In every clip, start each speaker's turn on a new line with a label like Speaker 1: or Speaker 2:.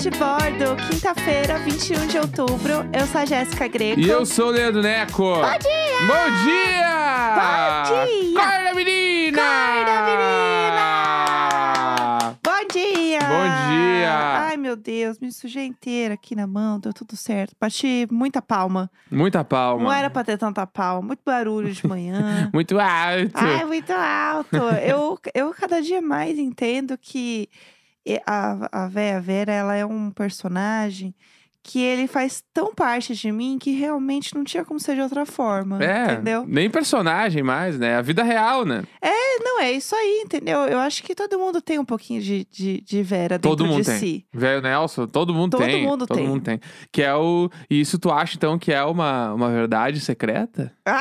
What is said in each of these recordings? Speaker 1: um outubro, quinta-feira, 21 de outubro. Eu sou a Jéssica Greco.
Speaker 2: E eu sou o Leandro Neco. Bom dia! Bom dia!
Speaker 1: Bom dia!
Speaker 2: Acorda, menina!
Speaker 1: Acorda, menina! Bom dia!
Speaker 2: Bom dia!
Speaker 1: Ai, meu Deus, me sujei inteira aqui na mão, deu tudo certo. Bati muita palma.
Speaker 2: Muita palma.
Speaker 1: Não era pra ter tanta palma, muito barulho de manhã.
Speaker 2: Muito alto.
Speaker 1: Ai, muito alto. Eu, eu cada dia mais entendo que e- a, a Véia Vera, ela é um personagem que ele faz tão parte de mim que realmente não tinha como ser de outra forma.
Speaker 2: É,
Speaker 1: Entendeu?
Speaker 2: nem personagem mais, né? A vida real, né?
Speaker 1: É, Não, é isso aí, entendeu? Eu acho que todo mundo tem um pouquinho de, de, de Vera dentro
Speaker 2: Todo mundo
Speaker 1: de
Speaker 2: tem.
Speaker 1: si.
Speaker 2: Velho Nelson, todo mundo
Speaker 1: Todo
Speaker 2: tem.
Speaker 1: mundo
Speaker 2: todo
Speaker 1: tem.
Speaker 2: mundo tem. Que é o. E isso tu acha, então, que é uma, uma verdade secreta?
Speaker 1: Ai,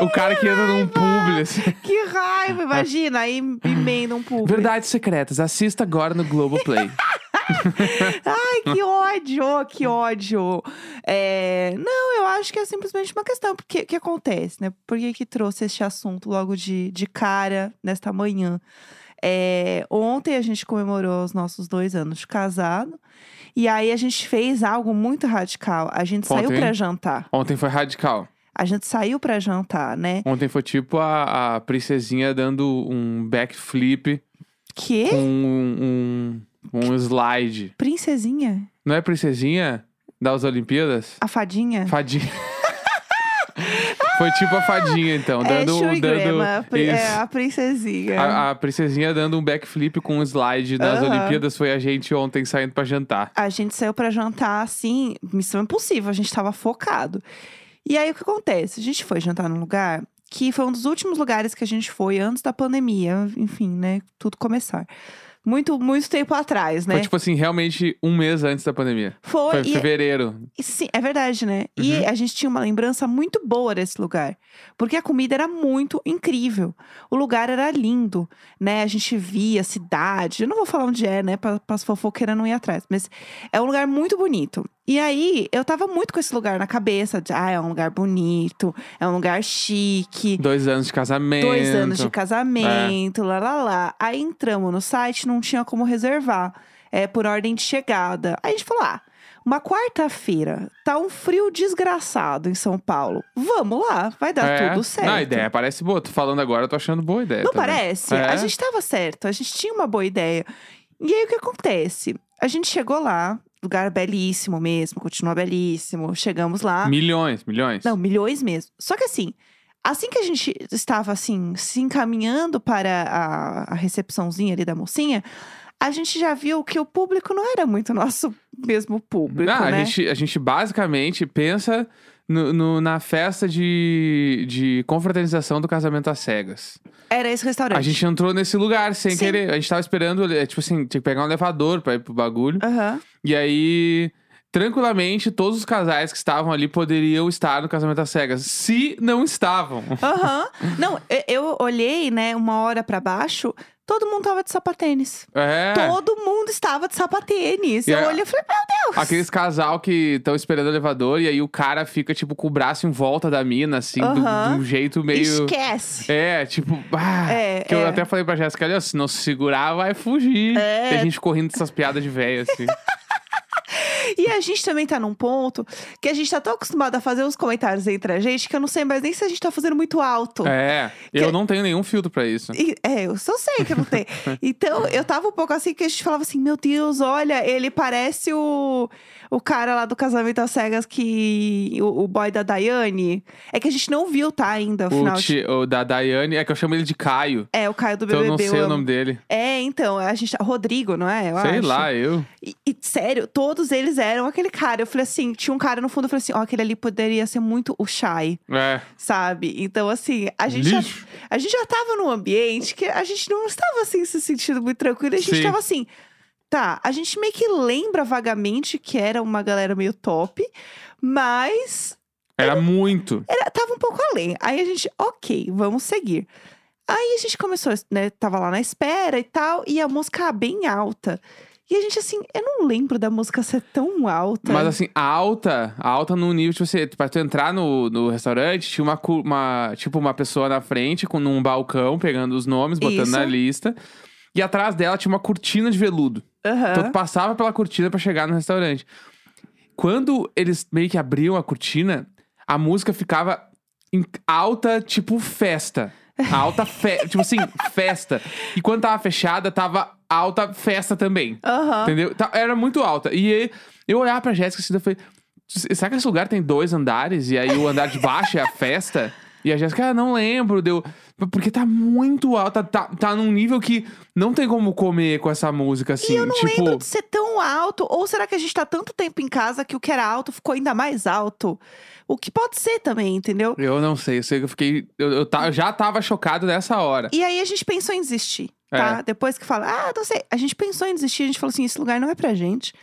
Speaker 2: O cara que entra num publi, assim.
Speaker 1: Que raiva, imagina, aí emenda um público.
Speaker 2: Verdades secretas, assista agora no Globoplay.
Speaker 1: Ai, que ódio, que ódio. É, não, eu acho que é simplesmente uma questão. Porque que acontece, né? Por que, que trouxe este assunto logo de, de cara nesta manhã? É, ontem a gente comemorou os nossos dois anos de casado. E aí a gente fez algo muito radical. A gente saiu
Speaker 2: Ontem?
Speaker 1: pra jantar.
Speaker 2: Ontem foi radical.
Speaker 1: A gente saiu pra jantar, né?
Speaker 2: Ontem foi tipo a, a princesinha dando um backflip com
Speaker 1: Que?
Speaker 2: um, um, um slide.
Speaker 1: Princesinha?
Speaker 2: Não é princesinha das Olimpíadas?
Speaker 1: A fadinha?
Speaker 2: Fadinha. foi tipo a fadinha, então. Dando,
Speaker 1: é, Shuri
Speaker 2: dando
Speaker 1: Graham, a pri-
Speaker 2: isso.
Speaker 1: é, a princesinha.
Speaker 2: A, a princesinha dando um backflip com um slide nas
Speaker 1: Aham.
Speaker 2: Olimpíadas foi a gente ontem saindo pra jantar.
Speaker 1: A gente saiu pra jantar assim, missão impossível, a gente tava focado. E aí o que acontece? A gente foi jantar num lugar que foi um dos últimos lugares que a gente foi antes da pandemia, enfim, né? Tudo começar. Muito, muito tempo atrás, né?
Speaker 2: Foi tipo assim, realmente um mês antes da pandemia.
Speaker 1: Foi,
Speaker 2: Foi em
Speaker 1: e,
Speaker 2: fevereiro.
Speaker 1: e sim, é verdade, né? E a gente tinha uma lembrança muito boa desse lugar. Porque a comida era muito incrível. O lugar era lindo, né? A gente via a cidade. Eu não vou falar onde é, né? Para as fofoqueiras não ir atrás. Mas é um lugar muito bonito. E aí, eu tava muito com esse lugar na cabeça. De, ah, é um lugar bonito. É um lugar chique.
Speaker 2: Dois anos de casamento.
Speaker 1: Dois anos de casamento, lá, lá, lá. Aí entramos no site, não tinha como reservar. É por ordem de chegada. Aí a gente falou: ah, uma quarta-feira, tá um frio desgraçado em São Paulo. Vamos lá, vai dar
Speaker 2: É.
Speaker 1: Tá tudo certo.
Speaker 2: Não, a ideia parece boa. Tô falando agora, eu tô achando boa a ideia.
Speaker 1: Não
Speaker 2: também.
Speaker 1: parece?
Speaker 2: É.
Speaker 1: A gente tava certo, a gente tinha uma boa ideia. E aí o que acontece? A gente chegou lá, lugar belíssimo mesmo, continua belíssimo. Chegamos lá.
Speaker 2: Milhões, milhões.
Speaker 1: tá? Não, milhões mesmo. Só que assim, assim que a gente estava assim, se encaminhando para a, a recepçãozinha ali da mocinha, a gente já viu que o público não era muito nosso mesmo público,
Speaker 2: Ah,
Speaker 1: né?
Speaker 2: a, gente, a gente basicamente pensa no- no- na festa de, de confraternização do casamento às cegas.
Speaker 1: Era esse restaurante.
Speaker 2: A gente entrou nesse lugar sem
Speaker 1: Sim.
Speaker 2: querer. A gente tava esperando, é, tipo assim, tinha que pegar um elevador pra ir pro bagulho.
Speaker 1: Aham.
Speaker 2: E aí, tranquilamente, todos os casais que estavam ali poderiam estar no casamento às cegas. Se não estavam.
Speaker 1: Aham. Não, eu, eu olhei, né, uma hora pra baixo, todo mundo tava de sapatênis.
Speaker 2: É.
Speaker 1: Todo mundo estava de sapatênis.
Speaker 2: E a-
Speaker 1: Eu olhei e falei, meu Deus!
Speaker 2: Aqueles casal que estão esperando o elevador e aí o cara fica, tipo, com o braço em volta da mina, assim, do-
Speaker 1: Aham.
Speaker 2: de um jeito meio.
Speaker 1: Esquece!
Speaker 2: É, tipo, ah,
Speaker 1: É,
Speaker 2: que eu
Speaker 1: é.
Speaker 2: até falei pra Jéssica, olha, se não se segurar, vai fugir.
Speaker 1: É.
Speaker 2: Tem gente correndo dessas piadas de véia, assim.
Speaker 1: E a gente também tá num ponto que a gente tá tão acostumado a fazer uns comentários entre a gente que eu não sei mais nem se a gente tá fazendo muito alto.
Speaker 2: é,
Speaker 1: Que-
Speaker 2: eu não tenho nenhum filtro pra isso.
Speaker 1: E- é, eu só sei que não tem. Então, eu tava um pouco assim, que a gente falava assim, meu Deus, olha, ele parece o, o cara lá do Casamento às Cegas que... O, o boy da Daiane. É que a gente não viu, tá, ainda, o
Speaker 2: O,
Speaker 1: final. de-
Speaker 2: ti- o da Daiane, é que eu chamo ele de Caio,
Speaker 1: É, o Caio do
Speaker 2: então
Speaker 1: BBB.
Speaker 2: eu não sei
Speaker 1: eu
Speaker 2: o nome
Speaker 1: amo.
Speaker 2: dele.
Speaker 1: É, então, a gente... Rodrigo, não é? Eu
Speaker 2: sei
Speaker 1: acho.
Speaker 2: lá, eu.
Speaker 1: E, e, sério, todos eles eram aquele cara. Eu falei assim, tinha um cara no fundo, eu falei assim, ó, aquele ali poderia ser muito o Shai,
Speaker 2: É,
Speaker 1: sabe? Então, assim, a gente, já,
Speaker 2: lixo.
Speaker 1: a gente já tava num ambiente que a gente não estava, assim, se sentindo muito tranquilo. A gente
Speaker 2: Sim.
Speaker 1: tava assim, tá, a gente meio que lembra vagamente que era uma galera meio top, mas
Speaker 2: Era muito.
Speaker 1: era- tava um pouco além. Aí a gente, ok, vamos seguir. Aí a gente começou, né? Tava lá na espera e tal, e a música ah, bem alta. E a gente, assim, eu não lembro da música ser tão alta.
Speaker 2: Mas assim, a alta, a alta num nível, tipo assim, pra tu entrar no, no restaurante, tinha uma, cu- uma- tipo, uma pessoa na frente, com num balcão, pegando os nomes, botando
Speaker 1: Isso.
Speaker 2: na lista. E atrás dela tinha uma cortina de veludo. Então
Speaker 1: Aham.
Speaker 2: tu passava pela cortina pra chegar no restaurante. Quando eles meio que abriam a cortina, a música ficava em alta, tipo festa. Alta festa. tipo assim, festa. E quando tava fechada, tava alta festa também.
Speaker 1: Aham.
Speaker 2: Entendeu? Tá- Era muito alta. E aí, eu olhava pra Jéssica assim, eu falei: será que esse lugar tem dois andares? E aí o andar de baixo é a festa? E a Jéssica, ah, não lembro, deu. Porque tá muito alta, tá, tá num nível que não tem como comer com essa música, assim.
Speaker 1: E eu não
Speaker 2: tipo,
Speaker 1: lembro de ser tão alto. Ou será que a gente tá tanto tempo em casa que o que era alto ficou ainda mais alto? O que pode ser também, entendeu?
Speaker 2: eu não sei, eu sei que eu fiquei. Eu, eu ta- eu já tava chocado nessa hora.
Speaker 1: E aí a gente pensou em desistir,
Speaker 2: É.
Speaker 1: tá? Depois que fala, ah, não sei. A gente pensou em desistir, a gente falou assim, esse lugar não é pra gente.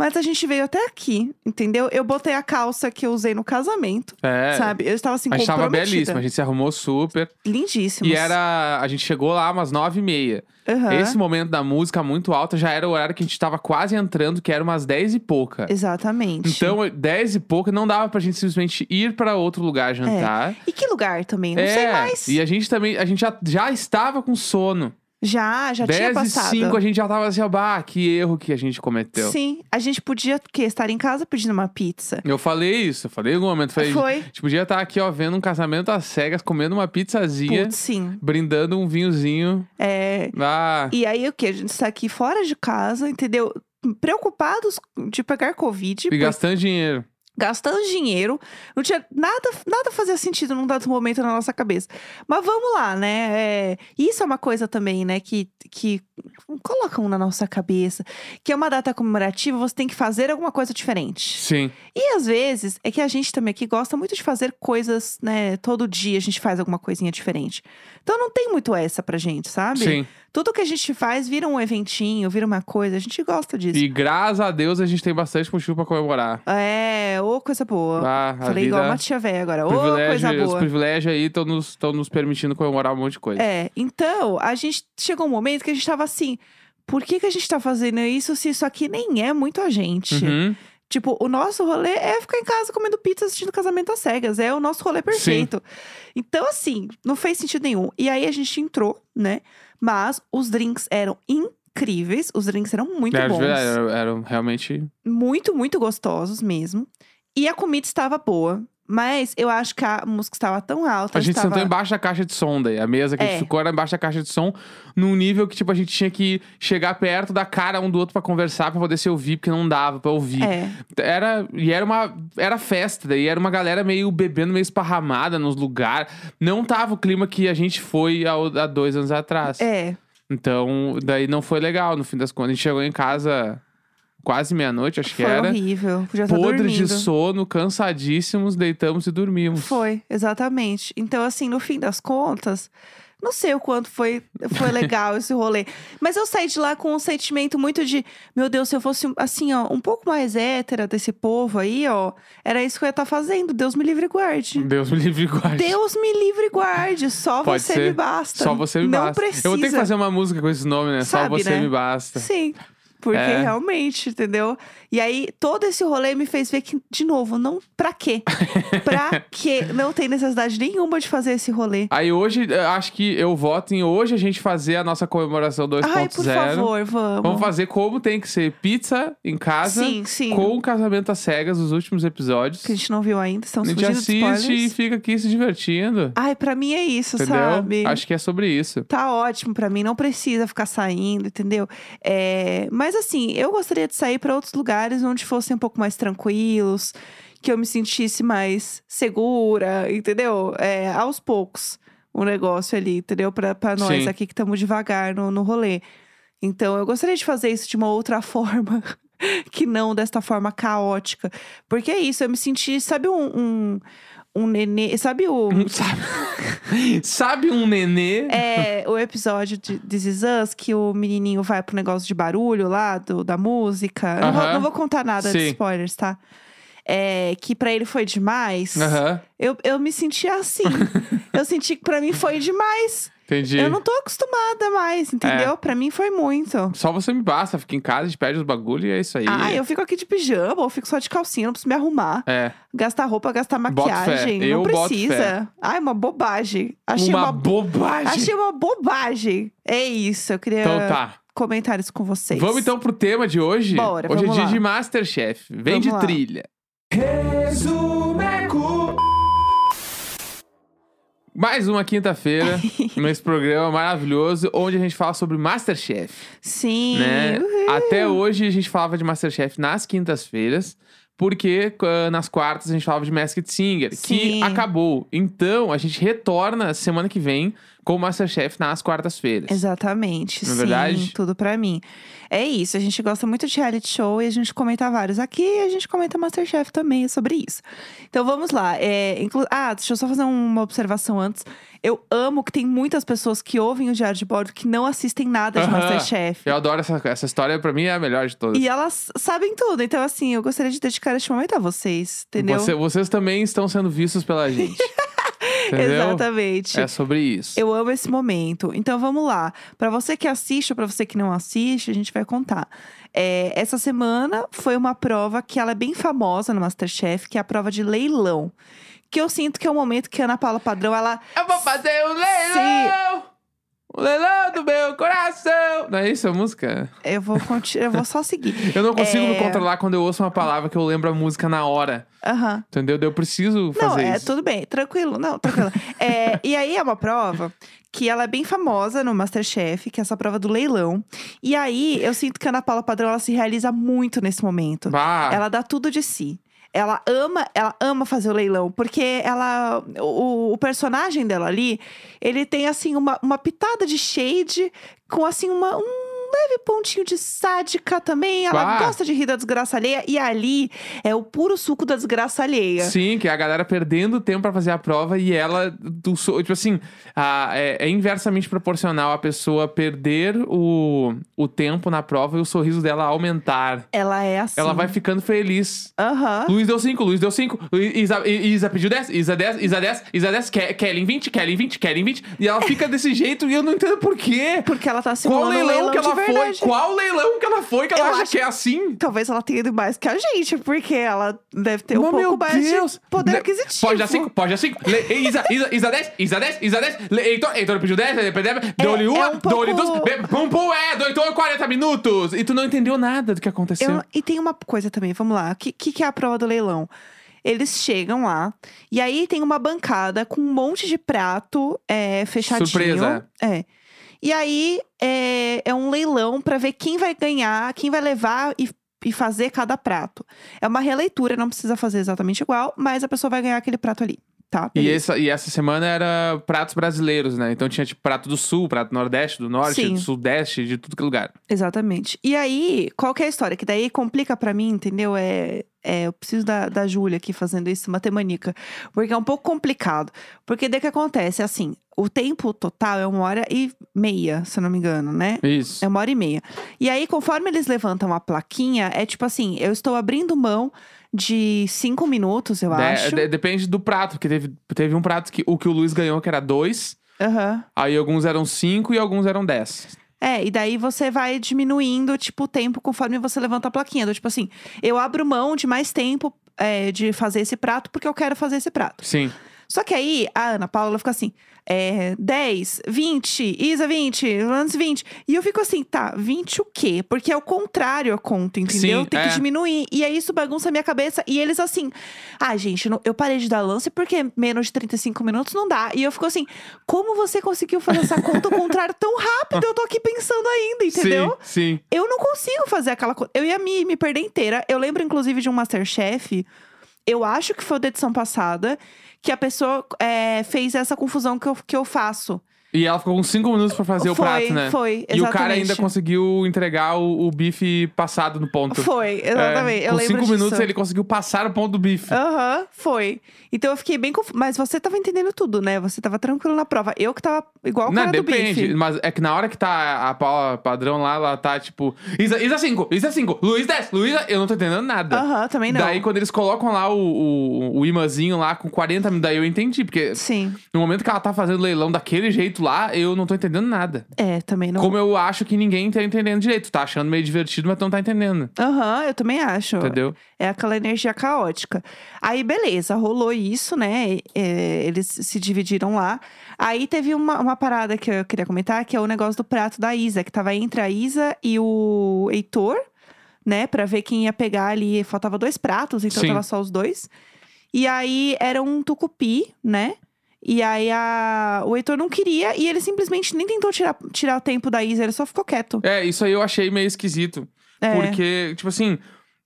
Speaker 1: Mas a gente veio até aqui, entendeu? Eu botei a calça que eu usei no casamento,
Speaker 2: É.
Speaker 1: sabe? Eu estava assim,
Speaker 2: A gente tava
Speaker 1: comprometida.
Speaker 2: belíssima, a gente se arrumou super.
Speaker 1: Lindíssimos.
Speaker 2: E era. A gente chegou lá umas nove e meia.
Speaker 1: Aham.
Speaker 2: Esse momento da música muito alta já era o horário que a gente tava quase entrando, que era umas dez e pouca.
Speaker 1: Exatamente.
Speaker 2: Então, 10 e pouco, não dava pra gente simplesmente ir pra outro lugar jantar.
Speaker 1: E que lugar também? É. Não
Speaker 2: é,
Speaker 1: sei mais.
Speaker 2: E a gente também, a gente já, já estava com sono.
Speaker 1: Já, já
Speaker 2: 10
Speaker 1: tinha
Speaker 2: e
Speaker 1: passado.
Speaker 2: 5 a gente já tava assim, ó, bah, que erro que a gente cometeu.
Speaker 1: Sim, a gente podia o quê? estar em casa pedindo uma pizza.
Speaker 2: Eu falei isso, eu falei em algum momento, falei,
Speaker 1: Foi.
Speaker 2: a gente podia estar aqui, ó, vendo um casamento às cegas, comendo uma pizzazinha,
Speaker 1: Putz, sim.
Speaker 2: brindando um vinhozinho.
Speaker 1: É,
Speaker 2: Ah,
Speaker 1: E aí o que? A gente está aqui fora de casa, entendeu? Preocupados de pegar Covid,
Speaker 2: e
Speaker 1: por-
Speaker 2: gastando dinheiro.
Speaker 1: gastando dinheiro. Não tinha nada, nada fazia sentido num dado momento na nossa cabeça. Mas vamos lá, né? É, isso é uma coisa também, né? Que, que colocam na nossa cabeça. Que é uma data comemorativa, você tem que fazer alguma coisa diferente.
Speaker 2: Sim.
Speaker 1: E às vezes é que a gente também aqui gosta muito de fazer coisas, né? Todo dia a gente faz alguma coisinha diferente. Então não tem muito essa pra gente, sabe?
Speaker 2: Sim.
Speaker 1: Tudo que a gente faz vira um eventinho, vira uma coisa. A gente gosta disso.
Speaker 2: E graças a Deus a gente tem bastante motivo pra comemorar.
Speaker 1: É, ô coisa boa.
Speaker 2: Ah, a
Speaker 1: Falei
Speaker 2: vida...
Speaker 1: igual uma tia véia agora. Ô coisa
Speaker 2: privilégio, os
Speaker 1: boa.
Speaker 2: privilégios aí estão nos, tão nos permitindo comemorar um monte de coisa.
Speaker 1: É, então, a gente chegou um momento que a gente tava assim. Por que, que a gente tá fazendo isso se isso aqui nem é muito a gente?
Speaker 2: Uhum.
Speaker 1: Tipo, o nosso rolê é ficar em casa comendo pizza assistindo casamento às cegas. É o nosso rolê perfeito. Então, assim, não fez sentido nenhum. E aí a gente entrou, né? Mas os drinks eram incríveis. Os drinks eram muito
Speaker 2: Era,
Speaker 1: bons.
Speaker 2: era- era realmente.
Speaker 1: muito, muito gostosos mesmo. E a comida estava boa. Mas eu acho que a música estava tão alta.
Speaker 2: a gente
Speaker 1: estava...
Speaker 2: sentou embaixo da caixa de som daí. A mesa que a
Speaker 1: É.
Speaker 2: gente ficou era embaixo da caixa de som, num nível que, tipo, a gente tinha que chegar perto da cara um do outro pra conversar, pra poder se ouvir, porque não dava pra ouvir.
Speaker 1: É,
Speaker 2: Era, e era uma era festa, daí era uma galera meio bebendo, meio esparramada nos lugares. Não tava o clima que a gente foi há, há dois anos atrás.
Speaker 1: é.
Speaker 2: Então, daí não foi legal, no fim das contas. A gente chegou em casa quase meia-noite, acho que
Speaker 1: Foi
Speaker 2: era.
Speaker 1: horrível. Podia estar
Speaker 2: Podres de
Speaker 1: dormindo.
Speaker 2: sono, cansadíssimos, deitamos e dormimos.
Speaker 1: Foi, exatamente. Então, assim, no fim das contas, não sei o quanto foi, foi legal esse rolê. Mas eu saí de lá com um sentimento muito de, meu Deus, se eu fosse, assim, ó, um pouco mais hétera desse povo aí, ó, era isso que eu ia estar fazendo. Deus me livre e guarde.
Speaker 2: Deus me livre e guarde.
Speaker 1: Deus me livre e guarde. Só
Speaker 2: Pode
Speaker 1: você
Speaker 2: ser.
Speaker 1: me basta.
Speaker 2: Só você me
Speaker 1: não
Speaker 2: basta.
Speaker 1: Precisa.
Speaker 2: Eu vou ter que fazer uma música com esse nome, né? Só
Speaker 1: Sabe,
Speaker 2: você
Speaker 1: né?
Speaker 2: me basta.
Speaker 1: Sim. Porque
Speaker 2: É.
Speaker 1: realmente, entendeu? E aí, todo esse rolê me fez ver que, de novo, não. Pra quê? pra quê? Não tem necessidade nenhuma de fazer esse rolê.
Speaker 2: Aí hoje, eh, acho que eu voto em hoje a gente fazer a nossa comemoração 2.0.
Speaker 1: Ai, por favor, vamos.
Speaker 2: Vamos fazer como tem que ser pizza em casa
Speaker 1: Sim, sim.
Speaker 2: com o casamento às cegas, os últimos episódios.
Speaker 1: Que a gente não viu ainda,
Speaker 2: a
Speaker 1: estamos
Speaker 2: gente
Speaker 1: fugindo de
Speaker 2: assiste e
Speaker 1: spoilers.
Speaker 2: fica aqui se divertindo.
Speaker 1: Ai, pra mim é isso,
Speaker 2: entendeu?
Speaker 1: sabe?
Speaker 2: Acho que é sobre isso.
Speaker 1: Tá ótimo pra mim, não precisa ficar saindo, entendeu? É, Mas assim, eu gostaria de sair pra outros lugares onde fossem um pouco mais tranquilos, que eu me sentisse mais segura, entendeu? É, aos poucos, o negócio ali, entendeu? Pra, pra nós
Speaker 2: Sim.
Speaker 1: aqui que estamos devagar no, no rolê. Então, eu gostaria de fazer isso de uma outra forma, que não desta forma caótica. Porque é isso, eu me senti, sabe, um. um... Um nenê, sabe o
Speaker 2: Sabe, sabe um nenê?
Speaker 1: é, o episódio de This Is Us, que o menininho vai pro negócio de barulho lá, do, da música. Eu Não, vou,
Speaker 2: Aham.
Speaker 1: não vou contar nada de
Speaker 2: Sim.
Speaker 1: spoilers, tá? É, que pra ele foi demais.
Speaker 2: Aham.
Speaker 1: Eu, eu me senti assim. eu senti que pra mim foi demais.
Speaker 2: Entendi.
Speaker 1: Eu não tô acostumada mais,
Speaker 2: É.
Speaker 1: entendeu? Pra mim foi muito.
Speaker 2: Só você me basta, fica em casa, a gente pede os bagulho e é isso aí.
Speaker 1: Ah, eu fico aqui de pijama, ou fico só de calcinha, não preciso me arrumar.
Speaker 2: É.
Speaker 1: Gastar roupa, gastar
Speaker 2: Boto fé.
Speaker 1: maquiagem. Não
Speaker 2: Eu boto
Speaker 1: precisa. Ai, uma bobagem. Achei
Speaker 2: uma,
Speaker 1: uma,
Speaker 2: bobagem.
Speaker 1: Achei uma bobagem. É isso, eu queria
Speaker 2: Então tá.
Speaker 1: comentar É isso com vocês.
Speaker 2: Vamos então pro tema de hoje.
Speaker 1: Bora,
Speaker 2: hoje é
Speaker 1: vamos
Speaker 2: dia
Speaker 1: lá.
Speaker 2: de Masterchef. Vem
Speaker 1: Vamos
Speaker 2: de
Speaker 1: lá.
Speaker 2: trilha. Resumeco. Mais uma quinta-feira nesse programa maravilhoso onde a gente fala sobre Masterchef,
Speaker 1: Sim.
Speaker 2: né?
Speaker 1: Uhul.
Speaker 2: Até hoje a gente falava de Masterchef nas quintas-feiras, porque ah, nas quartas a gente falava de Masked Singer, que
Speaker 1: Sim.
Speaker 2: acabou. Então a gente retorna semana que vem com o Masterchef nas quartas-feiras.
Speaker 1: Exatamente.
Speaker 2: Não é
Speaker 1: sim,
Speaker 2: verdade?
Speaker 1: tudo pra mim. É isso, a gente gosta muito de reality show e a gente comenta vários aqui e a gente comenta Masterchef também é sobre isso. Então vamos lá. é, inclu- Ah, deixa eu só fazer uma observação antes. Eu amo que tem muitas pessoas que ouvem o Diário de Bordo que não assistem nada de
Speaker 2: Aham.
Speaker 1: Masterchef.
Speaker 2: Eu adoro essa, essa história, pra mim é a melhor de todas.
Speaker 1: E elas sabem tudo. Então, assim, eu gostaria de dedicar este momento a vocês, entendeu?
Speaker 2: Você- vocês também estão sendo vistos pela gente. entendeu?
Speaker 1: Exatamente.
Speaker 2: É sobre isso.
Speaker 1: Eu amo esse momento. Então vamos lá. Pra você que assiste ou pra você que não assiste, a gente vai contar. É, essa semana foi uma prova que ela é bem famosa no Masterchef, que é a prova de leilão. Que eu sinto que é o momento que a Ana Paula Padrão, ela.
Speaker 2: Eu vou fazer um leilão! O leilão do meu coração! Não é isso a música?
Speaker 1: Eu vou, conti- eu vou só seguir.
Speaker 2: Eu não consigo me
Speaker 1: É.
Speaker 2: controlar quando eu ouço uma palavra que eu lembro a música na hora.
Speaker 1: Aham.
Speaker 2: Entendeu? Eu preciso fazer
Speaker 1: não, é,
Speaker 2: isso.
Speaker 1: tudo bem, tranquilo, não, tranquilo. É, e aí é uma prova que ela é bem famosa no Masterchef, que é essa prova do leilão. E aí eu sinto que a Ana Paula Padrão ela se realiza muito nesse momento.
Speaker 2: Bah,
Speaker 1: Ela dá tudo de si. Ela ama, ela ama fazer o leilão, porque ela, o, o personagem dela ali, ele tem assim uma, uma pitada de shade com assim uma, um leve pontinho de sádica também. Ela
Speaker 2: Bah.
Speaker 1: gosta de rir da desgraça alheia e ali é o puro suco da desgraça alheia.
Speaker 2: Sim, que é a galera perdendo tempo pra fazer a prova e ela, do so- tipo assim, a- é, é inversamente proporcional a pessoa perder o, o tempo na prova e o sorriso dela aumentar.
Speaker 1: Ela é assim.
Speaker 2: Ela vai ficando feliz.
Speaker 1: Aham.
Speaker 2: Luiz deu 5, Luiz deu 5, Isa, I- Isa pediu 10, Isa 10, Isa 10, Isa 10, Ke- Kelly em 20, Kelly em 20, Kelly em 20. E ela fica desse jeito e eu não entendo por quê.
Speaker 1: Porque ela tá
Speaker 2: Qual
Speaker 1: simulando um
Speaker 2: leilão,
Speaker 1: leilão
Speaker 2: que
Speaker 1: de
Speaker 2: ela foi?
Speaker 1: verdade.
Speaker 2: Qual leilão que ela foi que ela
Speaker 1: Eu
Speaker 2: acha
Speaker 1: acho-
Speaker 2: que é assim?
Speaker 1: Talvez ela tenha ido mais que a gente, porque ela deve ter um
Speaker 2: Mas,
Speaker 1: pouco
Speaker 2: meu
Speaker 1: mais
Speaker 2: Deus.
Speaker 1: de poder
Speaker 2: Le-
Speaker 1: aquisitivo.
Speaker 2: Pode dar 5, pode dar 5. Isa, Isa, Isa 10, Isa 10, Isa 10. Heitor, Heitor pediu 10, ele pediu 10, dou-lhe
Speaker 1: é
Speaker 2: uma,
Speaker 1: um pouco-
Speaker 2: dou-lhe duas. be- Pum, pum, é, do Heitor 40 minutos. E tu não entendeu nada do que aconteceu.
Speaker 1: Eu não- E tem uma coisa também, vamos lá. O que, que, que é a prova do leilão? Eles chegam lá, e aí tem uma bancada com um monte de prato é, fechadinho.
Speaker 2: Surpresa.
Speaker 1: É. E aí é, é um leilão pra ver quem vai ganhar, quem vai levar e, e fazer cada prato. É uma releitura, não precisa fazer exatamente igual, mas a pessoa vai ganhar aquele prato ali, tá?
Speaker 2: E
Speaker 1: Beleza.
Speaker 2: essa, e essa semana era pratos brasileiros, né? Então tinha tipo prato do sul, prato do nordeste, do norte,
Speaker 1: Sim.
Speaker 2: do sudeste, de tudo que é lugar.
Speaker 1: Exatamente. E aí, qual que é a história? Que daí complica pra mim, entendeu? É, é, eu preciso da, da Júlia aqui fazendo isso, matemanica. Porque é um pouco complicado. Porque daí que acontece, assim, o tempo total é uma hora e meia, se eu não me engano, né?
Speaker 2: Isso.
Speaker 1: É uma hora e meia. E aí, conforme eles levantam a plaquinha, é tipo assim, eu estou abrindo mão de cinco minutos, eu
Speaker 2: De-
Speaker 1: acho.
Speaker 2: Né, de- depende do prato, porque teve, teve um prato que o que o Luiz ganhou, que era dois.
Speaker 1: Aham.
Speaker 2: Aí alguns eram cinco e alguns eram dez.
Speaker 1: É, e daí você vai diminuindo, tipo, o tempo conforme você levanta a plaquinha. Do, tipo assim, eu abro mão de mais tempo é, de fazer esse prato porque eu quero fazer esse prato.
Speaker 2: Sim.
Speaker 1: Só que aí a Ana Paula fica assim: é, 10, 20, Isa 20, Lance 20. E eu fico assim, tá, 20 o quê? Porque é o contrário a conta, entendeu?
Speaker 2: Sim,
Speaker 1: Tem
Speaker 2: é.
Speaker 1: que diminuir. E aí isso bagunça a minha cabeça. E eles assim, ah, gente, não- eu parei de dar lance porque menos de 35 minutos não dá. E eu fico assim, como você conseguiu fazer essa conta ao contrário tão rápido? Eu tô aqui pensando ainda, entendeu?
Speaker 2: Sim, sim.
Speaker 1: Eu não consigo fazer aquela coisa. Eu ia me, me perder inteira. Eu lembro, inclusive, de um Masterchef. Eu acho que foi o da edição passada. Que a pessoa é, fez essa confusão que eu, que eu faço.
Speaker 2: E ela ficou com cinco minutos pra fazer
Speaker 1: foi,
Speaker 2: o prato, né?
Speaker 1: Foi,
Speaker 2: E
Speaker 1: exatamente.
Speaker 2: o cara ainda conseguiu entregar o, o bife passado no ponto.
Speaker 1: Foi, exatamente.
Speaker 2: É,
Speaker 1: eu
Speaker 2: com
Speaker 1: lembro
Speaker 2: cinco
Speaker 1: disso. É
Speaker 2: minutos ele conseguiu passar o ponto do bife.
Speaker 1: Aham, foi. Então eu fiquei bem confusa. Mas você tava entendendo tudo, né? Você tava tranquilo na prova. Eu que tava igual o
Speaker 2: Não,
Speaker 1: cara
Speaker 2: depende.
Speaker 1: do bife.
Speaker 2: Mas é que na hora que tá a Paula padrão lá, ela tá tipo. Isa, Isa 5, Isa 5, é Luiz 10, Luísa. Eu não tô entendendo nada.
Speaker 1: Aham, também não.
Speaker 2: Daí, quando eles colocam lá o, o, o imãzinho lá com 40 minutos, daí eu entendi, porque
Speaker 1: Sim.
Speaker 2: no momento que ela tá fazendo leilão daquele jeito feito lá, eu não tô entendendo nada.
Speaker 1: É, também não.
Speaker 2: Como eu acho que ninguém tá entendendo direito. Tá achando meio divertido, mas não tá entendendo.
Speaker 1: Aham, eu também acho.
Speaker 2: Entendeu?
Speaker 1: É aquela energia caótica. Aí, beleza, rolou isso, né? É, eles se dividiram lá. Aí teve uma, uma parada que eu queria comentar, que é o negócio do prato da Isa, que tava entre a Isa e o Heitor, né? Pra ver quem ia pegar ali. Faltava dois pratos, então
Speaker 2: Sim.
Speaker 1: tava só os dois. E aí era um tucupi, né? E aí a- o Heitor não queria e ele simplesmente nem tentou tirar, tirar o tempo da Isa, ele só ficou quieto.
Speaker 2: É, isso aí eu achei meio esquisito.
Speaker 1: É.
Speaker 2: Porque, tipo assim,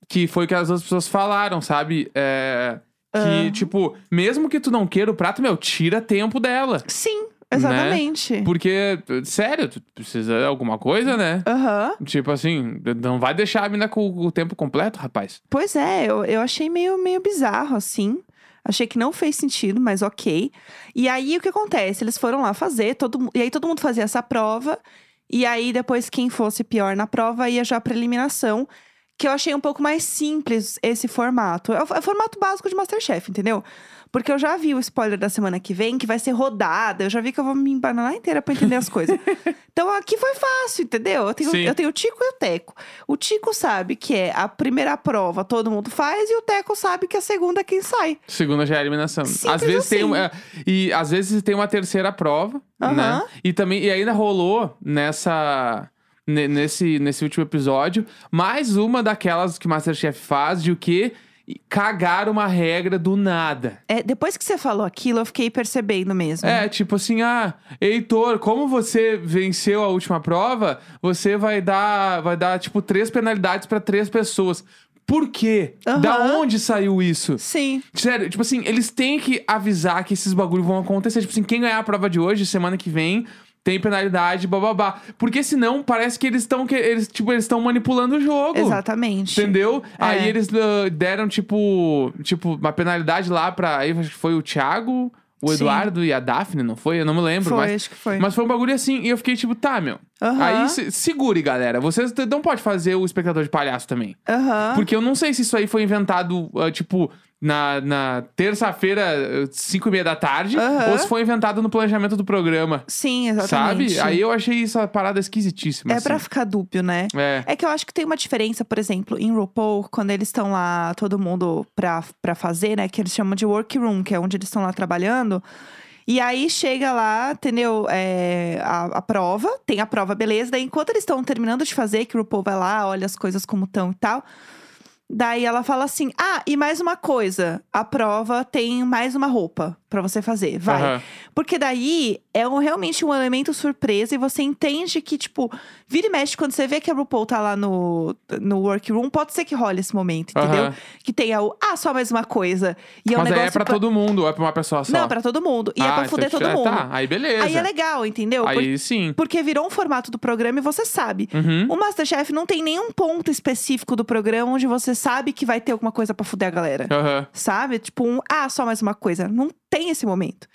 Speaker 2: que foi o que as outras pessoas falaram, sabe? É, que, tipo, mesmo que tu não queira o prato, meu, tira tempo dela.
Speaker 1: Sim, exatamente.
Speaker 2: Né? Porque, sério, tu precisa de alguma coisa, né?
Speaker 1: Aham.
Speaker 2: Tipo assim, não vai deixar a mina com o tempo completo, rapaz.
Speaker 1: Pois é, eu, eu achei meio, meio bizarro, assim. Achei que não fez sentido, mas ok. E aí, o que acontece? Eles foram lá fazer, todo, mu- e aí todo mundo fazia essa prova. E aí, depois, quem fosse pior na prova ia já pra eliminação. Que eu achei um pouco mais simples esse formato. É o, é o formato básico de Masterchef, entendeu? Porque eu já vi o spoiler da semana que vem, que vai ser rodada. Eu já vi que eu vou me embananar inteira pra entender as coisas. Então, aqui foi fácil, entendeu? Eu tenho,
Speaker 2: Sim.
Speaker 1: eu tenho o Tico e o Teco. O Tico sabe que é a primeira prova todo mundo faz e o Teco sabe que a segunda é quem sai.
Speaker 2: Segunda já é eliminação.
Speaker 1: Simples
Speaker 2: às vezes tem
Speaker 1: assim.
Speaker 2: uma, e às vezes tem uma terceira prova,
Speaker 1: Aham.
Speaker 2: né? E também e ainda rolou nessa ne- nesse nesse último episódio mais uma daquelas que MasterChef faz de o que cagar uma regra do nada.
Speaker 1: É, depois que você falou aquilo, eu fiquei percebendo mesmo.
Speaker 2: É, tipo assim, ah, Heitor, como você venceu a última prova, você vai dar, vai dar tipo três penalidades pra três pessoas. Por quê?
Speaker 1: Aham.
Speaker 2: Da onde saiu isso?
Speaker 1: Sim.
Speaker 2: Sério, tipo assim, eles têm que avisar que esses bagulho vão acontecer. Tipo assim, quem ganhar a prova de hoje, semana que vem, tem penalidade, bababá. Porque senão parece que eles estão que eles tipo eles estão manipulando o jogo.
Speaker 1: Exatamente.
Speaker 2: Entendeu?
Speaker 1: É.
Speaker 2: Aí eles ah, deram tipo, tipo uma penalidade lá pra aí acho que foi o Thiago, o
Speaker 1: Sim.
Speaker 2: Eduardo e a Daphne, não foi? Eu não me lembro,
Speaker 1: Foi,
Speaker 2: mas
Speaker 1: acho que foi.
Speaker 2: mas foi um bagulho assim, e eu fiquei tipo, tá, meu.
Speaker 1: Aham.
Speaker 2: Aí se- segure, galera. Vocês t- não pode fazer o espectador de palhaço também.
Speaker 1: Aham.
Speaker 2: Porque eu não sei se isso aí foi inventado, ah, tipo, na, na terça-feira, 5 e meia da tarde,
Speaker 1: Aham.
Speaker 2: ou se foi inventado no planejamento do programa.
Speaker 1: Sim, exatamente.
Speaker 2: Sabe? Aí eu achei essa parada esquisitíssima.
Speaker 1: É
Speaker 2: assim.
Speaker 1: pra ficar dúbio, né?
Speaker 2: É.
Speaker 1: É que eu acho que tem uma diferença, por exemplo, em RuPaul, quando eles estão lá, todo mundo pra, pra fazer, né? Que eles chamam de workroom, que é onde eles estão lá trabalhando. E aí chega lá, entendeu? É, a, a prova, tem a prova, beleza. Daí, enquanto eles estão terminando de fazer, que o RuPaul vai lá, olha as coisas como estão e tal. Daí ela fala assim: Ah, e mais uma coisa, a prova tem mais uma roupa pra você fazer, vai.
Speaker 2: Aham.
Speaker 1: Porque daí é um- realmente um elemento surpresa e você entende que, tipo, vira e mexe quando você vê que a RuPaul tá lá no, no workroom, pode ser que role esse momento, entendeu?
Speaker 2: Aham.
Speaker 1: Que tenha o, ah, só mais uma coisa. E é um
Speaker 2: Mas aí
Speaker 1: negócio.
Speaker 2: é pra
Speaker 1: cla-
Speaker 2: todo mundo, ou é pra uma pessoa só?
Speaker 1: Não, pra todo mundo. E é
Speaker 2: ah,
Speaker 1: pra
Speaker 2: isso
Speaker 1: fuder todo
Speaker 2: diferente.
Speaker 1: mundo.
Speaker 2: Tá, aí beleza.
Speaker 1: Aí é legal, entendeu? Por-
Speaker 2: Aí sim.
Speaker 1: Porque virou um formato do programa e você sabe.
Speaker 2: Uhum.
Speaker 1: O Masterchef não tem nenhum ponto específico do programa onde você sabe que vai ter alguma coisa pra fuder a galera.
Speaker 2: Aham.
Speaker 1: Sabe? Tipo, um, ah, só mais uma coisa. Não tem esse momento.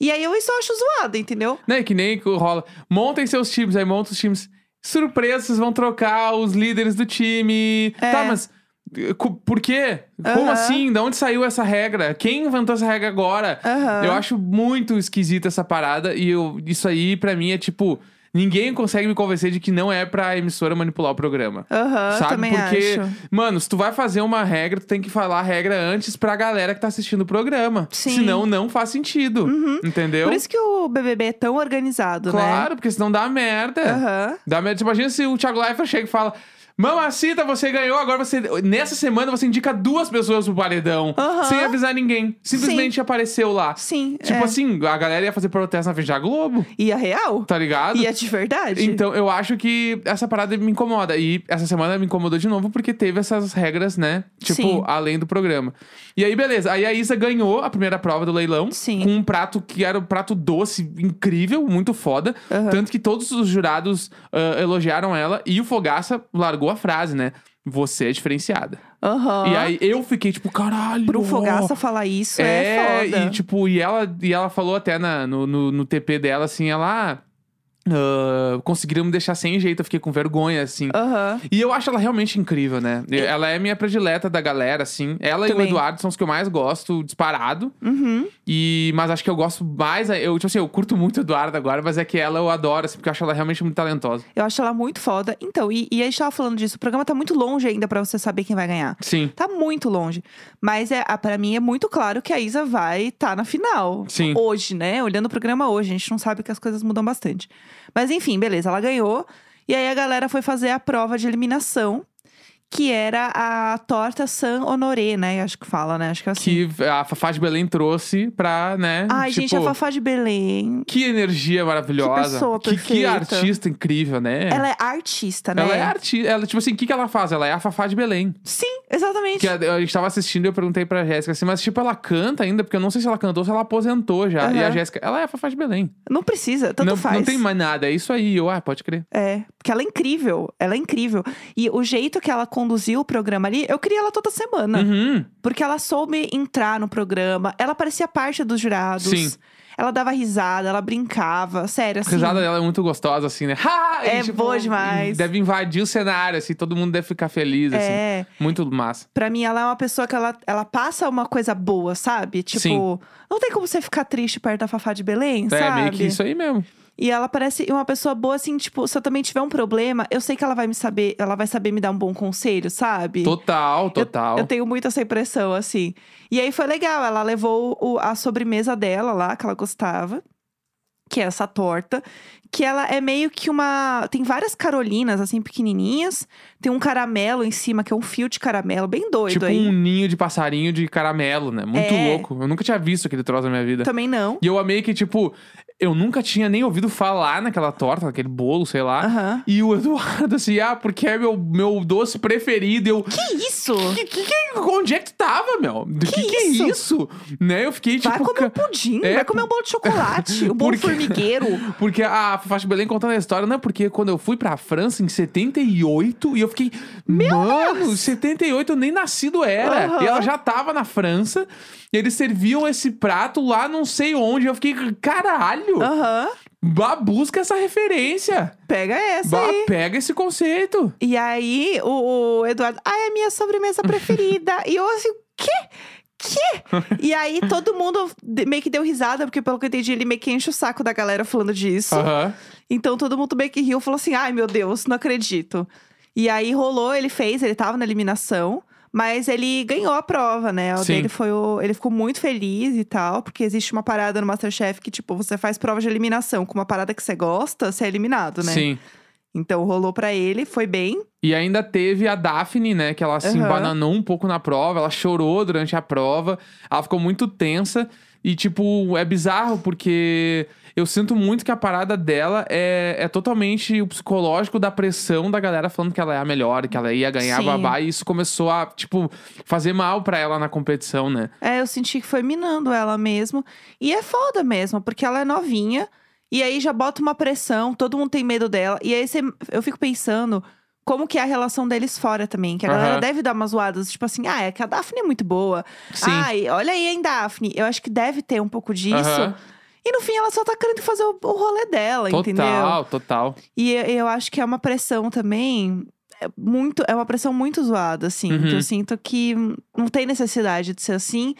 Speaker 1: E aí eu isso eu acho zoado, entendeu?
Speaker 2: Né, que nem que rola. Montem seus times, aí monta os times. Surpresa, vocês vão trocar os líderes do time.
Speaker 1: É.
Speaker 2: Tá, mas eh, co- por quê? Como
Speaker 1: Aham.
Speaker 2: assim? Da onde saiu essa regra? Quem inventou essa regra agora?
Speaker 1: Aham.
Speaker 2: Eu acho muito esquisita essa parada. E eu, isso aí, pra mim, é tipo. Ninguém consegue me convencer de que não é pra emissora manipular o programa.
Speaker 1: Aham,
Speaker 2: Sabe?
Speaker 1: Ah, também
Speaker 2: Porque,
Speaker 1: acho.
Speaker 2: mano, se tu vai fazer uma regra, tu tem que falar a regra antes pra galera que tá assistindo o programa.
Speaker 1: Sim. Uhum.
Speaker 2: Senão, não faz sentido. Entendeu?
Speaker 1: Por isso que o BBB é tão organizado,
Speaker 2: Claro, porque senão dá merda.
Speaker 1: né? Aham.
Speaker 2: Dá merda. Você Imagina se o Thiago Leifert chega e fala: Mamacita, você ganhou, agora você. Nessa semana você indica duas pessoas pro paredão.
Speaker 1: Aham.
Speaker 2: Sem avisar ninguém. Simplesmente apareceu lá.
Speaker 1: Sim.
Speaker 2: Tipo
Speaker 1: é.
Speaker 2: assim, a galera ia fazer protesto na frente da Globo,
Speaker 1: E a real?
Speaker 2: tá ligado?
Speaker 1: E a de verdade?
Speaker 2: Então, eu acho que essa parada me incomoda. E essa semana me incomodou de novo porque teve essas regras, né? Tipo,
Speaker 1: Sim.
Speaker 2: além do programa. E aí, beleza. Aí a Isa ganhou a primeira prova do leilão.
Speaker 1: Sim.
Speaker 2: Com um prato que era um prato doce, incrível, muito foda.
Speaker 1: Aham.
Speaker 2: Tanto que todos os jurados ah, elogiaram ela. E o Fogaça largou a frase, né? Você é diferenciada.
Speaker 1: Aham.
Speaker 2: E aí eu fiquei tipo, caralho.
Speaker 1: Pro Fogaça falar isso é, foda.
Speaker 2: tipo, e tipo, e ela, e ela falou até na, no, no, no TP dela assim, ela. ah, ah, conseguiram me deixar sem jeito, eu fiquei com vergonha, assim.
Speaker 1: Aham.
Speaker 2: E eu acho ela realmente incrível, né? Eu- Ela é minha predileta da galera, assim. Ela e
Speaker 1: Também.
Speaker 2: o Eduardo são os que eu mais gosto, disparado.
Speaker 1: Uhum.
Speaker 2: E, mas acho que eu gosto mais. Eu, tipo assim, eu curto muito o Eduardo agora, mas é que ela eu adoro, assim, porque eu acho ela realmente muito talentosa.
Speaker 1: Eu acho ela muito foda. Então, e, e a gente tava falando disso. O programa tá muito longe ainda pra você saber quem vai ganhar.
Speaker 2: Sim.
Speaker 1: Tá muito longe. Mas é, para mim é muito claro que a Isa vai estar na final.
Speaker 2: Sim.
Speaker 1: Hoje, né? Olhando o programa hoje, a gente não sabe que as coisas mudam bastante. Mas enfim, beleza, ela ganhou. E aí a galera foi fazer a prova de eliminação, que era a torta San Honoré, né? Acho que fala, né? Acho que é assim.
Speaker 2: Que a Fafá de Belém trouxe pra, né?
Speaker 1: Ai,
Speaker 2: tipo,
Speaker 1: gente, a Fafá de Belém.
Speaker 2: Que energia maravilhosa.
Speaker 1: Que pessoa
Speaker 2: que, que
Speaker 1: perfeita.
Speaker 2: artista incrível, né?
Speaker 1: Ela é artista, né?
Speaker 2: Ela é artista. Ela, tipo assim, o que, que ela faz? Ela é a Fafá de Belém.
Speaker 1: Sim, exatamente.
Speaker 2: Que é- a, a gente tava assistindo e eu perguntei pra Jéssica assim, mas tipo, ela canta ainda, porque eu não sei se ela cantou ou se ela aposentou já. E a
Speaker 1: Aham.
Speaker 2: Jéssica, ela é a Fafá de Belém.
Speaker 1: Não precisa, tanto
Speaker 2: não,
Speaker 1: faz.
Speaker 2: não tem mais nada, é isso aí. Eu, ah, pode crer.
Speaker 1: É, porque ela é incrível, ela é incrível. E o jeito que ela conduziu o programa ali, eu queria ela toda semana.
Speaker 2: Uhum.
Speaker 1: Porque ela soube entrar no programa, ela parecia parte dos jurados.
Speaker 2: Sim.
Speaker 1: Ela dava risada, ela brincava,
Speaker 2: A
Speaker 1: sério, assim.
Speaker 2: risada dela é muito gostosa, assim, né? Ha! E,
Speaker 1: É boa demais.
Speaker 2: Deve invadir o cenário, assim, todo mundo deve ficar feliz, assim.
Speaker 1: É,
Speaker 2: Muito massa.
Speaker 1: pra mim ela é uma pessoa que ela, ela passa uma coisa boa, sabe? Tipo,
Speaker 2: Sim.
Speaker 1: não tem como você ficar triste perto da Fafá de Belém,
Speaker 2: É,
Speaker 1: sabe?
Speaker 2: meio que isso aí mesmo.
Speaker 1: E ela parece uma pessoa boa, assim, tipo, se eu também tiver um problema, eu sei que ela vai me saber, ela vai saber me dar um bom conselho, sabe?
Speaker 2: Total,
Speaker 1: Eu-
Speaker 2: total.
Speaker 1: Eu, tenho muito essa impressão, assim. E aí foi legal, ela levou o- a sobremesa dela lá, que ela gostava. Que é essa torta. Que ela é meio que uma. Tem várias carolinas, assim, pequenininhas. Tem um caramelo em cima, que é um fio de caramelo, bem doido
Speaker 2: tipo
Speaker 1: aí.
Speaker 2: um ninho de passarinho de caramelo, né? Muito
Speaker 1: É.
Speaker 2: louco. Eu nunca tinha visto aquele troço na minha vida.
Speaker 1: Também não.
Speaker 2: E eu amei que, tipo, eu nunca tinha nem ouvido falar naquela torta, naquele bolo, sei lá.
Speaker 1: Aham.
Speaker 2: E o Eduardo, assim, ah, porque é meu, meu doce preferido. Eu.
Speaker 1: Que isso?
Speaker 2: Que, que, que- onde é que tu tava, meu? Do que, que
Speaker 1: isso?
Speaker 2: é isso? Né? Eu fiquei tipo.
Speaker 1: Vai comer
Speaker 2: ca-
Speaker 1: um pudim,
Speaker 2: é,
Speaker 1: vai comer um bolo de chocolate, um bolo
Speaker 2: porque-
Speaker 1: formigueiro.
Speaker 2: Porque a Fafá de Belém contando a história, né? Porque quando eu fui pra França em 78 e eu fiquei. Mano, em 78 eu nem nascido era.
Speaker 1: Aham.
Speaker 2: E ela já tava na França. E eles serviam esse prato lá não sei onde. Eu fiquei, caralho!
Speaker 1: Aham.
Speaker 2: Bah, busca essa referência.
Speaker 1: Pega essa
Speaker 2: Bah,
Speaker 1: aí.
Speaker 2: pega esse conceito.
Speaker 1: E aí, o, o Eduardo, ai, é a minha sobremesa preferida. e eu assim, o quê? Quê? e aí, todo mundo de- meio que deu risada, porque pelo que eu entendi, ele meio que enche o saco da galera falando disso.
Speaker 2: Aham.
Speaker 1: Então, todo mundo meio que riu, falou assim, ai, meu Deus, não acredito. E aí, rolou, ele fez, ele tava na eliminação. Mas ele ganhou a prova, né? O
Speaker 2: Sim.
Speaker 1: dele foi o... Ele ficou muito feliz e tal. Porque existe uma parada no Masterchef que, tipo, você faz prova de eliminação. Com uma parada que você gosta, você é eliminado, né?
Speaker 2: Sim.
Speaker 1: Então, rolou pra ele, foi bem.
Speaker 2: E ainda teve a Daphne, né? Que ela se
Speaker 1: Aham.
Speaker 2: embananou um pouco na prova, ela chorou durante a prova, ela ficou muito tensa. E, tipo, é bizarro porque eu sinto muito que a parada dela é, é totalmente o psicológico da pressão da galera falando que ela é a melhor, que ela ia ganhar
Speaker 1: Sim.
Speaker 2: babá. E isso começou a, tipo, fazer mal pra ela na competição, né?
Speaker 1: É, eu senti que foi minando ela mesmo. E é foda mesmo, porque ela é novinha. E aí já bota uma pressão, todo mundo tem medo dela. E aí cê- eu fico pensando como que é a relação deles fora também. Que a galera
Speaker 2: Aham.
Speaker 1: deve dar umas zoadas, tipo assim, ah, é que a Daphne é muito boa. Ai, olha aí, hein, Daphne. Eu acho que deve ter um pouco disso.
Speaker 2: Aham.
Speaker 1: E no fim ela só tá querendo fazer o, o rolê dela, entendeu?
Speaker 2: Total, total.
Speaker 1: E eu, eu acho que é uma pressão também. é Muito, é uma pressão muito zoada, assim.
Speaker 2: Uhum.
Speaker 1: Que eu sinto que hum, não tem necessidade de ser assim.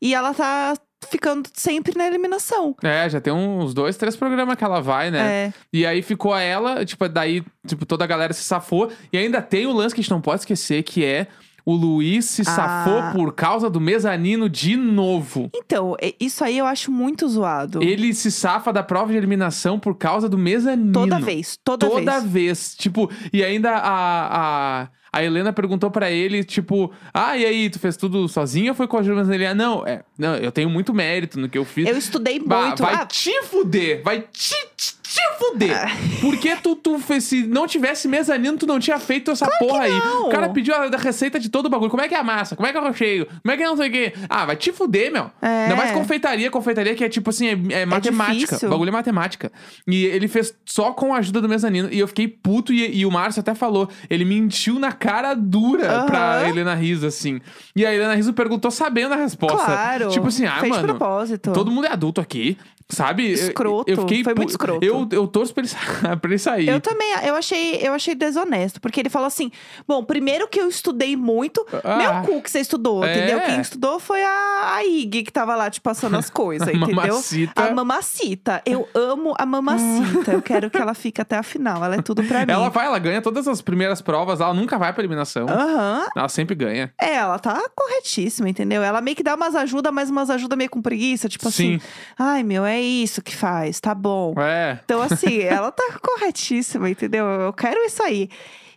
Speaker 1: E ela tá ficando sempre na eliminação.
Speaker 2: É, já tem uns dois, três programas que ela vai, né?
Speaker 1: É,
Speaker 2: E aí ficou ela, tipo, daí, tipo, toda a galera se safou. E ainda tem o lance que a gente não pode esquecer, que é o Luiz se
Speaker 1: Ah.
Speaker 2: safou por causa do mezanino de novo.
Speaker 1: Então, e- isso aí eu acho muito zoado.
Speaker 2: Ele se safa da prova de eliminação por causa do mezanino.
Speaker 1: Toda vez, toda,
Speaker 2: Toda
Speaker 1: vez.
Speaker 2: vez. Tipo, e ainda a, a, a Helena perguntou pra ele, tipo, ah, e aí, tu fez tudo sozinha ou foi com a Júlia? Ele, ah, não, é, não, eu tenho muito mérito no que eu fiz.
Speaker 1: Eu estudei
Speaker 2: Bah,
Speaker 1: muito.
Speaker 2: vai
Speaker 1: Ah,
Speaker 2: te fuder, vai te, te, te fuder.
Speaker 1: Ah.
Speaker 2: Porque tu, tu fez- se não tivesse mezanino, tu não tinha feito essa porra aí.
Speaker 1: não.
Speaker 2: O cara pediu a receita de todo o bagulho. Como é que é a massa? Como é que é o recheio? Como é que é não sei o quê? Ah, vai te fuder, meu.
Speaker 1: É.
Speaker 2: Ainda mais confeitaria, confeitaria que é tipo assim, é, é matemática.
Speaker 1: difícil.
Speaker 2: o bagulho é matemática. E ele fez só com a ajuda do mezanino. E eu fiquei puto e, e o Márcio até falou. Ele mentiu na cara dura
Speaker 1: Aham.
Speaker 2: pra Helena Riso, assim. E a Helena Riso perguntou sabendo a resposta.
Speaker 1: claro.
Speaker 2: Tipo assim, ah,
Speaker 1: Fez de
Speaker 2: mano.
Speaker 1: propósito.
Speaker 2: Todo mundo é adulto aqui. Sabe? Eu-
Speaker 1: Escroto.
Speaker 2: Eu fiquei
Speaker 1: Foi
Speaker 2: pu-
Speaker 1: muito escroto.
Speaker 2: Eu, eu torço pra ele, sa- pra ele sair.
Speaker 1: Eu também, eu achei, eu achei desonesto, porque ele falou assim: bom, primeiro que eu estudei muito,
Speaker 2: Ah.
Speaker 1: meu cu que você estudou,
Speaker 2: É.
Speaker 1: entendeu? Quem estudou foi a, a Ig que tava lá te passando as coisas, entendeu?
Speaker 2: Mamacita.
Speaker 1: A mamacita. Eu amo a mamacita. Eu quero que ela fique até a final. Ela é tudo pra mim.
Speaker 2: Ela vai, ela ganha todas as primeiras provas, ela nunca vai pra eliminação.
Speaker 1: Aham.
Speaker 2: Ela sempre ganha.
Speaker 1: É, ela tá corretíssima, entendeu? Ela meio que dá umas ajudas, mas umas ajudas meio com preguiça, tipo
Speaker 2: Sim.
Speaker 1: assim, ai meu, é isso que faz, tá bom.
Speaker 2: É.
Speaker 1: Então, assim, ela tá corretíssima, entendeu? Eu quero isso aí.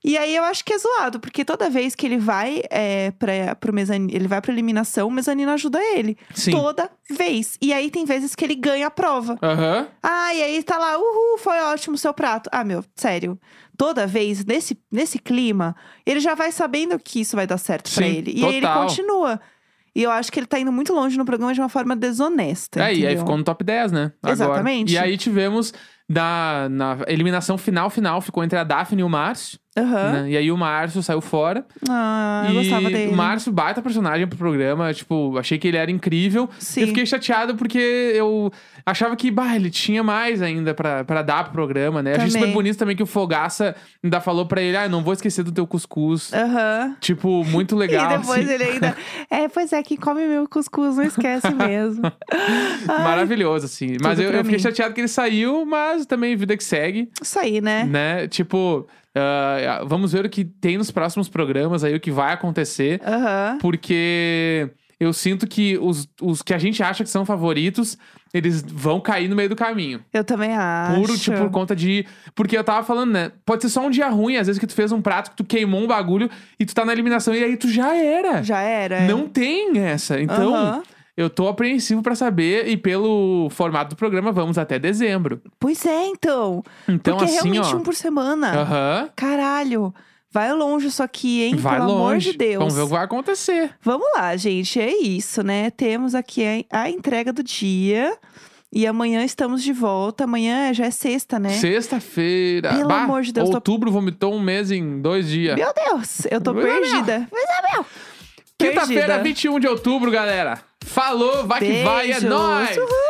Speaker 1: E aí eu acho que é zoado, porque toda vez que ele vai é, pra, pro mezanino, ele vai pra eliminação, o mezanino ajuda ele.
Speaker 2: Sim.
Speaker 1: Toda vez. E aí tem vezes que ele ganha a prova.
Speaker 2: Aham.
Speaker 1: Ah, e aí tá lá, uhul, foi ótimo o seu prato. Ah, meu, sério. Toda vez, nesse, nesse clima, ele já vai sabendo que isso vai dar certo pra
Speaker 2: Sim,
Speaker 1: ele. E aí ele
Speaker 2: total.
Speaker 1: continua. E eu acho que ele tá indo muito longe no programa de uma forma desonesta.
Speaker 2: É, e aí
Speaker 1: entendeu?
Speaker 2: ficou no top 10, né? Agora.
Speaker 1: Exatamente.
Speaker 2: E aí tivemos na, na eliminação final, final, ficou entre a Daphne e o Márcio.
Speaker 1: Aham.
Speaker 2: né? E aí o Márcio saiu fora.
Speaker 1: Ah, eu
Speaker 2: e
Speaker 1: gostava dele.
Speaker 2: o Márcio, baita personagem pro programa. Tipo, achei que ele era incrível.
Speaker 1: Sim.
Speaker 2: Eu fiquei chateado porque eu achava que, bah, ele tinha mais ainda pra, pra dar pro programa, né? Achei
Speaker 1: Também.
Speaker 2: super bonito também que o Fogaça ainda falou pra ele, ah, não vou esquecer do teu cuscuz.
Speaker 1: Aham.
Speaker 2: Tipo, muito legal.
Speaker 1: Ah. E depois
Speaker 2: assim.
Speaker 1: ele ainda. É, pois é, quem come meu cuscuz não esquece mesmo. Ah, Ai,
Speaker 2: Maravilhoso, assim. Mas
Speaker 1: tudo
Speaker 2: eu,
Speaker 1: pra
Speaker 2: eu fiquei
Speaker 1: mim.
Speaker 2: chateado que ele saiu, mas também vida que segue,
Speaker 1: Isso aí, né?
Speaker 2: né? Tipo, ah, vamos ver o que tem nos próximos programas aí, o que vai acontecer.
Speaker 1: Aham.
Speaker 2: Porque eu sinto que os, os que a gente acha que são favoritos, eles vão cair no meio do caminho.
Speaker 1: Eu também acho.
Speaker 2: Puro, tipo, por conta de. Porque eu tava falando, né? Pode ser só um dia ruim, às vezes que tu fez um prato, que tu queimou um bagulho e tu tá na eliminação e aí tu já era.
Speaker 1: Já era. é.
Speaker 2: Não tem essa. Então,
Speaker 1: Aham.
Speaker 2: eu tô apreensivo pra saber e pelo formato do programa, vamos até dezembro.
Speaker 1: Pois é, então.
Speaker 2: Então,
Speaker 1: Porque
Speaker 2: assim,
Speaker 1: realmente
Speaker 2: ó.
Speaker 1: um por semana.
Speaker 2: Aham.
Speaker 1: Caralho. Vai longe isso aqui, hein?
Speaker 2: Vai
Speaker 1: Pelo
Speaker 2: longe.
Speaker 1: amor de Deus.
Speaker 2: Vamos ver o que vai acontecer.
Speaker 1: Vamos lá, gente. É isso, né? Temos aqui a, a entrega do dia. E amanhã estamos de volta. Amanhã já é sexta, né?
Speaker 2: Sexta-feira.
Speaker 1: Pelo
Speaker 2: Bah,
Speaker 1: amor de Deus, tô-
Speaker 2: Outubro vomitou um mês em dois dias.
Speaker 1: Meu Deus, eu tô
Speaker 2: Mas é meu.
Speaker 1: perdida. Mas é meu.
Speaker 2: Quinta-feira,
Speaker 1: Perdida.
Speaker 2: 21 de outubro, galera. Falou, vai que vai, é
Speaker 1: Beijos.
Speaker 2: nóis!
Speaker 1: Uhul.